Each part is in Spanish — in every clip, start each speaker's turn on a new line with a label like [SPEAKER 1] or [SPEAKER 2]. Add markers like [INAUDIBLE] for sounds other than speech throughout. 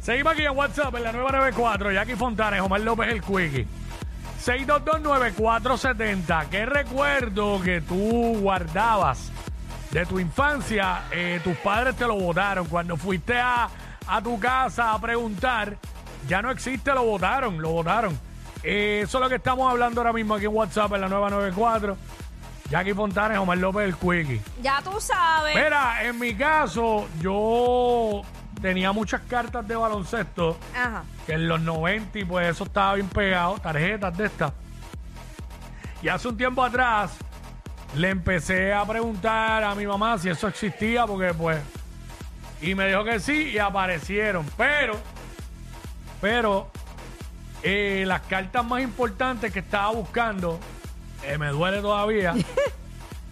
[SPEAKER 1] Seguimos aquí en WhatsApp en la 994, Jackie Fontanes, Omar López el Quickie. 6229470. ¿Qué recuerdo que tú guardabas de tu infancia? Eh, tus padres te lo votaron. Cuando fuiste a, a tu casa a preguntar, ya no existe, lo votaron, lo votaron. Eh, eso es lo que estamos hablando ahora mismo aquí en WhatsApp en la 994. Jackie Fontanes, Omar López el Quickie.
[SPEAKER 2] Ya tú sabes.
[SPEAKER 1] Mira, en mi caso, yo tenía muchas cartas de baloncesto
[SPEAKER 2] Ajá.
[SPEAKER 1] que en los 90 y pues eso estaba bien pegado, tarjetas de estas. Y hace un tiempo atrás le empecé a preguntar a mi mamá si eso existía porque pues y me dijo que sí y aparecieron, pero pero eh, las cartas más importantes que estaba buscando eh, me duele todavía.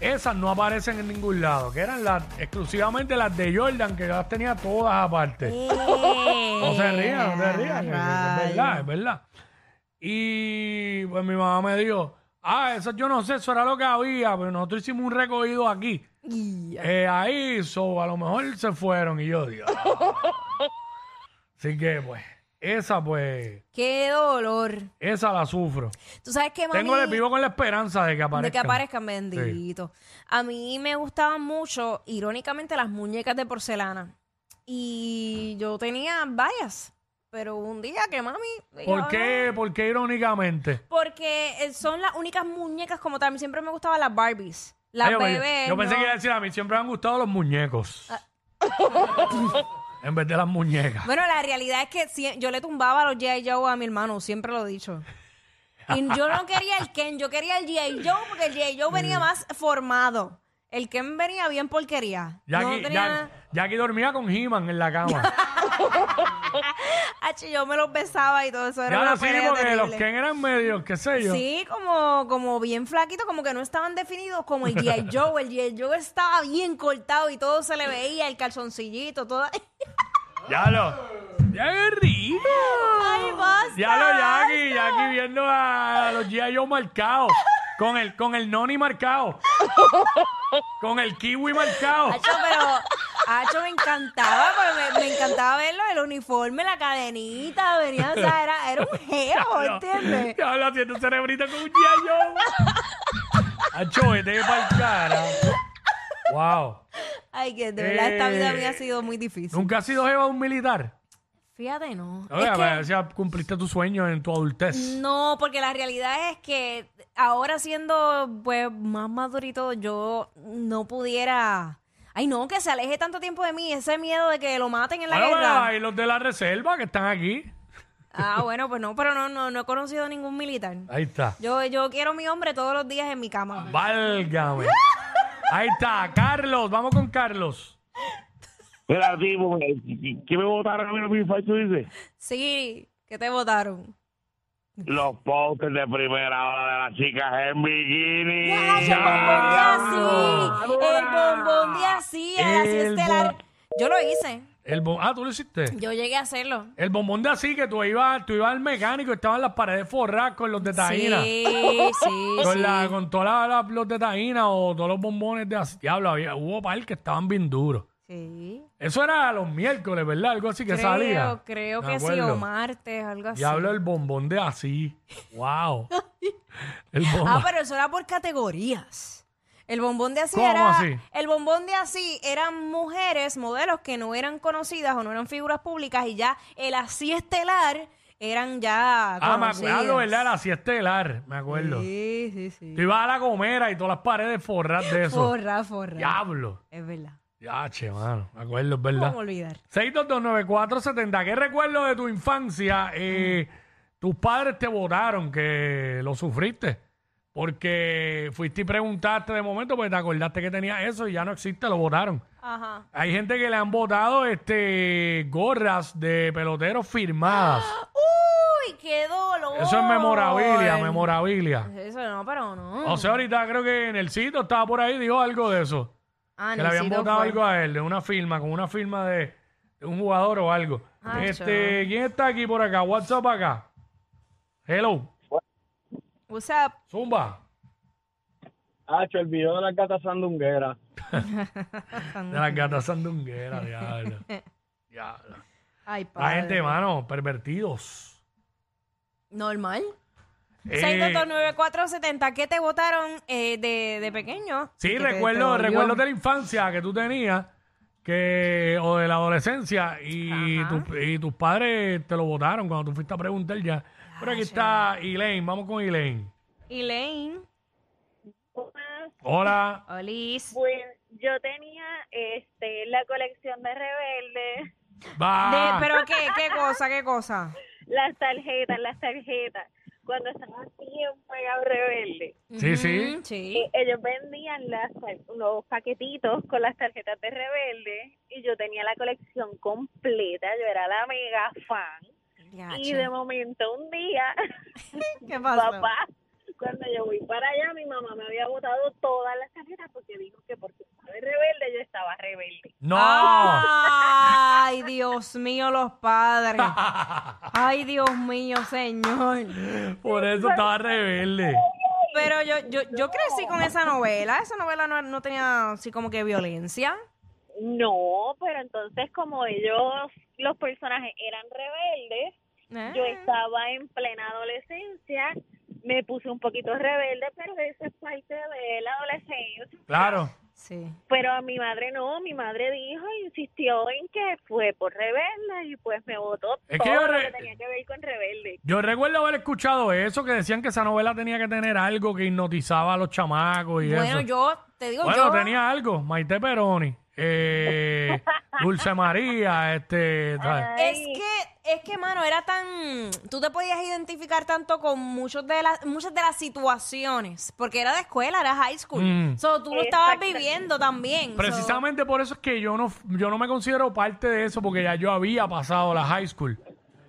[SPEAKER 1] Esas no aparecen en ningún lado, que eran las exclusivamente las de Jordan, que yo las tenía todas
[SPEAKER 2] Oh.
[SPEAKER 1] aparte. No se rían, no se rían. Es verdad, es verdad. Y pues mi mamá me dijo, ah, eso yo no sé, eso era lo que había, pero nosotros hicimos un recogido aquí. Eh, ahí, so, a lo mejor se fueron y yo [LAUGHS] digo. "Ah". Así que pues, esa pues,
[SPEAKER 2] Qué dolor.
[SPEAKER 1] esa la sufro.
[SPEAKER 2] Tú sabes que mami,
[SPEAKER 1] Tengo, le vivo con la esperanza de que aparezca.
[SPEAKER 2] de que aparezcan bendito. A mí me gustaban mucho, irónicamente, las muñecas de porcelana. Y yo tenía varias. Pero un día que mami. dijo,
[SPEAKER 1] ¿Por qué, ¿Por qué irónicamente?
[SPEAKER 2] "No", Porque eh, son las únicas muñecas como tal. A mí Siempre me gustaban las Barbies. Las
[SPEAKER 1] Ay, yo, pensé-
[SPEAKER 2] bebés.
[SPEAKER 1] yo pensé
[SPEAKER 2] no.
[SPEAKER 1] que iba a decir a mí, siempre me han gustado los muñecos. Ah. [LAUGHS] en vez de las [LAUGHS] muñecas.
[SPEAKER 2] Bueno, la realidad es que sie- yo le tumbaba los G.I. Joe a mi hermano, siempre lo he dicho. Y yo no quería el Ken, yo quería el G.I. Joe porque el G.I. Joe venía más formado. El Ken venía bien porquería. no
[SPEAKER 1] Jackie,
[SPEAKER 2] tenía...
[SPEAKER 1] Jack- Jackie dormía con He-Man en la
[SPEAKER 2] [LAUGHS]
[SPEAKER 1] cama.
[SPEAKER 2] Ach, yo me los besaba y todo eso. Era
[SPEAKER 1] Ya
[SPEAKER 2] una
[SPEAKER 1] sí,
[SPEAKER 2] pelea
[SPEAKER 1] porque los
[SPEAKER 2] terrible.
[SPEAKER 1] Ken eran medios, qué sé yo.
[SPEAKER 2] Sí, como, como bien flaquito, como que no estaban definidos como el G.I. Joe. El G.I. Joe estaba bien cortado y todo se le veía, el calzoncillito, todo.
[SPEAKER 1] Ya lo. Ya es rico.
[SPEAKER 2] [LAUGHS] ¡Ay, basta!
[SPEAKER 1] Ya lo, Jackie, Jackie viendo a los G.I. Joe marcados. Con el, con el noni marcado. con el kiwi marcado.
[SPEAKER 2] Hacho, pero Hacho me encantaba, pero me, me encantaba verlo, el uniforme, la cadenita, venía, o sea, era, era un
[SPEAKER 1] [LAUGHS]
[SPEAKER 2] geo, ¿entiendes?
[SPEAKER 1] Ya lo haciendo un cerebrito con un G.I. Joe. Acho, vete pa'l cara. Wow.
[SPEAKER 2] Ay, que de verdad esta vida mía ha sido muy difícil.
[SPEAKER 1] ¿Nunca has sido jeva de un militar?
[SPEAKER 2] Fíjate, no.
[SPEAKER 1] Oye,
[SPEAKER 2] Es que-
[SPEAKER 1] o sea, cumpliste tu sueño en tu adultez.
[SPEAKER 2] no, porque la realidad es que ahora siendo pues más madurito, yo no pudiera. Ay, no, que se aleje tanto tiempo de mí, ese miedo de que lo maten en la
[SPEAKER 1] Ahora
[SPEAKER 2] guerra.
[SPEAKER 1] y los de la reserva que están aquí.
[SPEAKER 2] Ah, bueno, pues no, pero no, no, no he conocido ningún militar.
[SPEAKER 1] Ahí está.
[SPEAKER 2] Yo, yo quiero a mi hombre todos los días en mi cama.
[SPEAKER 1] Válgame. Ahí está, Carlos. Vamos con Carlos.
[SPEAKER 3] Mira, tipo, ¿qué me votaron a mí en mi infancia, tú dices?
[SPEAKER 2] Sí, que te votaron.
[SPEAKER 3] Los posters de primera hora de las chicas en bikini.
[SPEAKER 2] el bombón de así. El bombón de así. El así
[SPEAKER 1] El
[SPEAKER 2] estelar.
[SPEAKER 1] bom-
[SPEAKER 2] Yo lo hice.
[SPEAKER 1] El bom- ah, tú lo hiciste.
[SPEAKER 2] Yo llegué a hacerlo.
[SPEAKER 1] El bombón de así que tú ibas, tú ibas al mecánico y estaban las paredes forradas con los de taína.
[SPEAKER 2] Sí, sí,
[SPEAKER 1] [LAUGHS] Con,
[SPEAKER 2] sí.
[SPEAKER 1] la, con todas las las- los de taína o todos los bombones de así. Diablo, había, hubo par que estaban bien duros.
[SPEAKER 2] Sí.
[SPEAKER 1] Eso era los miércoles, ¿verdad? Algo así que
[SPEAKER 2] Creo,
[SPEAKER 1] salía.
[SPEAKER 2] creo
[SPEAKER 1] Me
[SPEAKER 2] que sí,
[SPEAKER 1] acuerdo.
[SPEAKER 2] o martes, algo así.
[SPEAKER 1] Y hablo el bombón de así.
[SPEAKER 2] [LAUGHS]
[SPEAKER 1] Wow. El bombón.
[SPEAKER 2] Ah, pero eso era por categorías. El bombón de así
[SPEAKER 1] ¿Cómo
[SPEAKER 2] era.
[SPEAKER 1] así?
[SPEAKER 2] El bombón de así eran mujeres, modelos que no eran conocidas o no eran figuras públicas y ya el así estelar eran ya.
[SPEAKER 1] Ah, me
[SPEAKER 2] conocidas.
[SPEAKER 1] acuerdo, ¿verdad? Era así estelar, me acuerdo.
[SPEAKER 2] Sí, sí, sí.
[SPEAKER 1] Tú ibas a la gomera y todas las paredes forradas de eso.
[SPEAKER 2] Forra, forra.
[SPEAKER 1] Diablo.
[SPEAKER 2] Es verdad.
[SPEAKER 1] Ya, che, mano. Me acuerdo, es
[SPEAKER 2] No
[SPEAKER 1] verdad.
[SPEAKER 2] vamos a olvidar.
[SPEAKER 1] 6229470. ¿Qué recuerdo de tu infancia? eh,
[SPEAKER 2] Mm.
[SPEAKER 1] tus padres te votaron, que lo sufriste. Porque fuiste y preguntaste de momento, pues te acordaste que tenía eso y ya no existe, lo votaron.
[SPEAKER 2] Ajá.
[SPEAKER 1] Hay gente que le han votado este, gorras de peloteros firmadas.
[SPEAKER 2] Uy, qué dolor.
[SPEAKER 1] Eso es memorabilia, memorabilia.
[SPEAKER 2] Eso no, pero no.
[SPEAKER 1] O sea, ahorita creo que en el sitio estaba por ahí, dijo algo de eso.
[SPEAKER 2] Ah,
[SPEAKER 1] que le habían
[SPEAKER 2] Nelsito
[SPEAKER 1] botado
[SPEAKER 2] fue.
[SPEAKER 1] algo a él, de una firma, con una firma de, de un jugador o algo.
[SPEAKER 2] Ah,
[SPEAKER 1] este, ¿quién está aquí por acá? WhatsApp acá. Hello,
[SPEAKER 2] What's up?
[SPEAKER 1] Zumba.
[SPEAKER 4] Hacho, el video de las gatas sandungueras.
[SPEAKER 2] [LAUGHS]
[SPEAKER 1] De las gatas sandungueras, diablo. Diablo.
[SPEAKER 2] Ay,
[SPEAKER 1] La
[SPEAKER 2] padre.
[SPEAKER 1] gente, mano, pervertidos.
[SPEAKER 2] Normal.
[SPEAKER 1] Eh,
[SPEAKER 2] 6229470, ¿qué te votaron eh, de, de pequeño?
[SPEAKER 1] Sí,
[SPEAKER 2] Que te-
[SPEAKER 1] recuerdo,
[SPEAKER 2] te dolió.
[SPEAKER 1] recuerdo de la infancia que tú tenías que o de la adolescencia y,
[SPEAKER 2] Ajá.
[SPEAKER 1] tu- y tus padres te lo votaron cuando tú fuiste a preguntar ya. Pero aquí está Elaine, vamos con Elaine.
[SPEAKER 2] Elaine,
[SPEAKER 1] Hola.
[SPEAKER 2] Olis.
[SPEAKER 5] Bueno, Pues, yo tenía este la colección de rebeldes,
[SPEAKER 1] Va.
[SPEAKER 2] De- pero qué, qué cosa, qué cosa.
[SPEAKER 5] las tarjetas, las tarjetas. Cuando estaban bien pegados rebeldes,
[SPEAKER 1] Sí, sí.
[SPEAKER 2] Ujú, Sí.
[SPEAKER 5] eh, ellos vendían las, tar- los paquetitos con las tarjetas de rebelde y yo tenía la colección completa, yo era la mega fan. Y de momento un día,
[SPEAKER 2] [LAUGHS] ¿Qué pasó?
[SPEAKER 5] papá, cuando yo voy para allá, mi mamá me había botado todas las tarjetas porque dijo que porque estaba rebelde, yo estaba rebelde.
[SPEAKER 1] No.
[SPEAKER 2] ah. Ay, Dios mío, los
[SPEAKER 1] [LAUGHS]
[SPEAKER 2] padres. Ay, Dios mío, señor.
[SPEAKER 1] Por eso estaba rebelde.
[SPEAKER 2] Pero yo, yo, yo crecí con esa novela. Esa novela no, no tenía así como que violencia.
[SPEAKER 5] No, pero entonces como ellos, los personajes eran rebeldes,
[SPEAKER 2] ¿eh?
[SPEAKER 5] yo estaba en plena adolescencia, me puse un poquito rebelde, pero eso es parte de la adolescencia.
[SPEAKER 1] Claro.
[SPEAKER 2] Sí.
[SPEAKER 5] Pero a mi madre no, mi madre dijo e insistió en que fue por rebelde y pues me votó
[SPEAKER 1] Es que
[SPEAKER 5] todo
[SPEAKER 1] yo
[SPEAKER 5] lo
[SPEAKER 1] re-
[SPEAKER 5] que tenía que ver con rebelde.
[SPEAKER 1] Yo recuerdo haber escuchado eso, que decían que esa novela tenía que tener algo que hipnotizaba a los chamacos y eso.
[SPEAKER 2] Bueno, yo te digo
[SPEAKER 1] Bueno,
[SPEAKER 2] yo.
[SPEAKER 1] tenía algo. Maite Peroni, eh, Dulce María, este. ¿sabes?
[SPEAKER 2] Es que, es que, mano, era tan. Tú te podías identificar tanto con muchos de las, muchas de las situaciones. Porque era de escuela, era high school.
[SPEAKER 1] Mm.
[SPEAKER 2] So, tú lo estabas
[SPEAKER 5] Exactamente.
[SPEAKER 2] viviendo también. so-
[SPEAKER 1] Precisamente por eso es que yo no, yo no me considero parte de eso, porque ya yo había pasado la high school.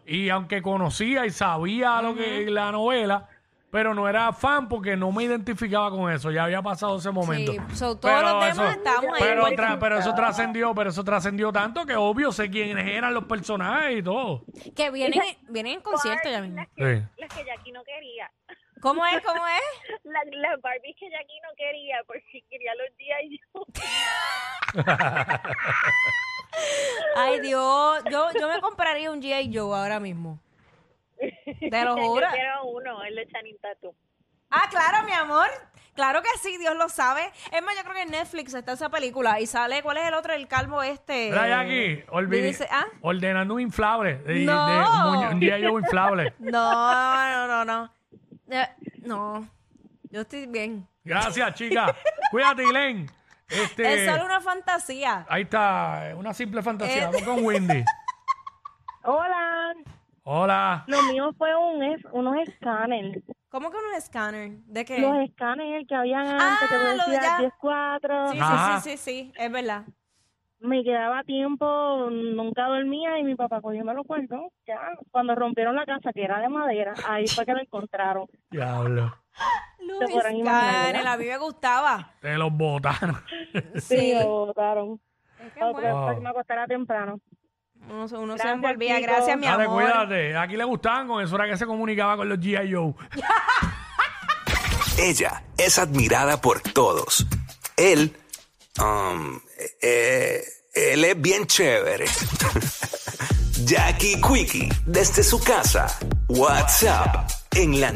[SPEAKER 1] Y aunque conocía y sabía lo que la novela, pero no era fan porque no me identificaba con eso. Ya había pasado ese momento.
[SPEAKER 2] Sí, so, todos los demás estábamos ahí
[SPEAKER 1] pero,
[SPEAKER 2] envueltos.
[SPEAKER 1] tra- pero eso trascendió, pero eso trascendió tanto que obvio sé quiénes eran los personajes y todo.
[SPEAKER 2] que vienen, vienen en concierto ya mismo.
[SPEAKER 5] Las que,
[SPEAKER 1] Sí.
[SPEAKER 5] las que Jackie no quería. [LAUGHS]
[SPEAKER 2] ¿Cómo es? ¿Cómo es?
[SPEAKER 5] Las, las Barbies que Jackie no quería, porque quería los días y yo.
[SPEAKER 2] Ay, Dios. Yo, yo me compraría un G.I. Joe ahora mismo. Te lo juro.
[SPEAKER 5] [LAUGHS] Yo quiero uno, el de Channing Tatum.
[SPEAKER 2] Ah, claro, mi amor. Claro que sí, Dios lo sabe. Es más, yo creo que en Netflix está esa película y sale, ¿cuál es el otro? El calvo este.
[SPEAKER 1] Mira, Jackie, olvide-
[SPEAKER 2] Dice, ah,
[SPEAKER 1] ordenando un inflable. De,
[SPEAKER 2] No.
[SPEAKER 1] de un muñe- un día yo inflable.
[SPEAKER 2] no, no, no, no. Eh, No, yo estoy bien.
[SPEAKER 1] Gracias,
[SPEAKER 2] [LAUGHS]
[SPEAKER 1] chica. Cuídate, Ilen. Este,
[SPEAKER 2] Es solo una fantasía.
[SPEAKER 1] Ahí está, una simple fantasía.
[SPEAKER 2] Es-
[SPEAKER 1] Vamos con Wendy.
[SPEAKER 5] Hola,
[SPEAKER 1] Hola.
[SPEAKER 5] lo mío fue un es- unos escáneres.
[SPEAKER 2] ¿Cómo que un escáner? ¿De qué?
[SPEAKER 5] Los escáneres que habían antes, que
[SPEAKER 2] Ah,
[SPEAKER 5] tú
[SPEAKER 2] lo de ya.
[SPEAKER 5] decías 10 4.
[SPEAKER 2] Sí,
[SPEAKER 1] Ajá.
[SPEAKER 2] sí, sí, sí, sí, es verdad.
[SPEAKER 5] Me quedaba tiempo, nunca dormía y mi papá cogió y me lo guardó. Ya, cuando rompieron la casa, que era de madera, ahí fue que lo encontraron.
[SPEAKER 1] Diablo.
[SPEAKER 2] Luis
[SPEAKER 5] podrán imaginar,
[SPEAKER 2] Escáner,
[SPEAKER 5] ¿verdad?
[SPEAKER 2] a mí me gustaba.
[SPEAKER 1] Te los botaron.
[SPEAKER 2] Sí.
[SPEAKER 5] Y lo botaron.
[SPEAKER 2] Es que
[SPEAKER 5] Otra
[SPEAKER 2] bueno,
[SPEAKER 1] Wow.
[SPEAKER 5] vez que me acostara temprano.
[SPEAKER 2] uno, se- uno se
[SPEAKER 5] Gracias,
[SPEAKER 2] envolvía.
[SPEAKER 5] chicos.
[SPEAKER 2] Gracias, mi
[SPEAKER 1] Dale,
[SPEAKER 2] amor.
[SPEAKER 1] cuídate. Aquí le gustaban con eso, era que se comunicaba con los G.I. Joe.
[SPEAKER 6] Ella es admirada por todos. Él, um, eh, él es bien chévere. [LAUGHS] Jackie Quickie, desde su casa. WhatsApp, en la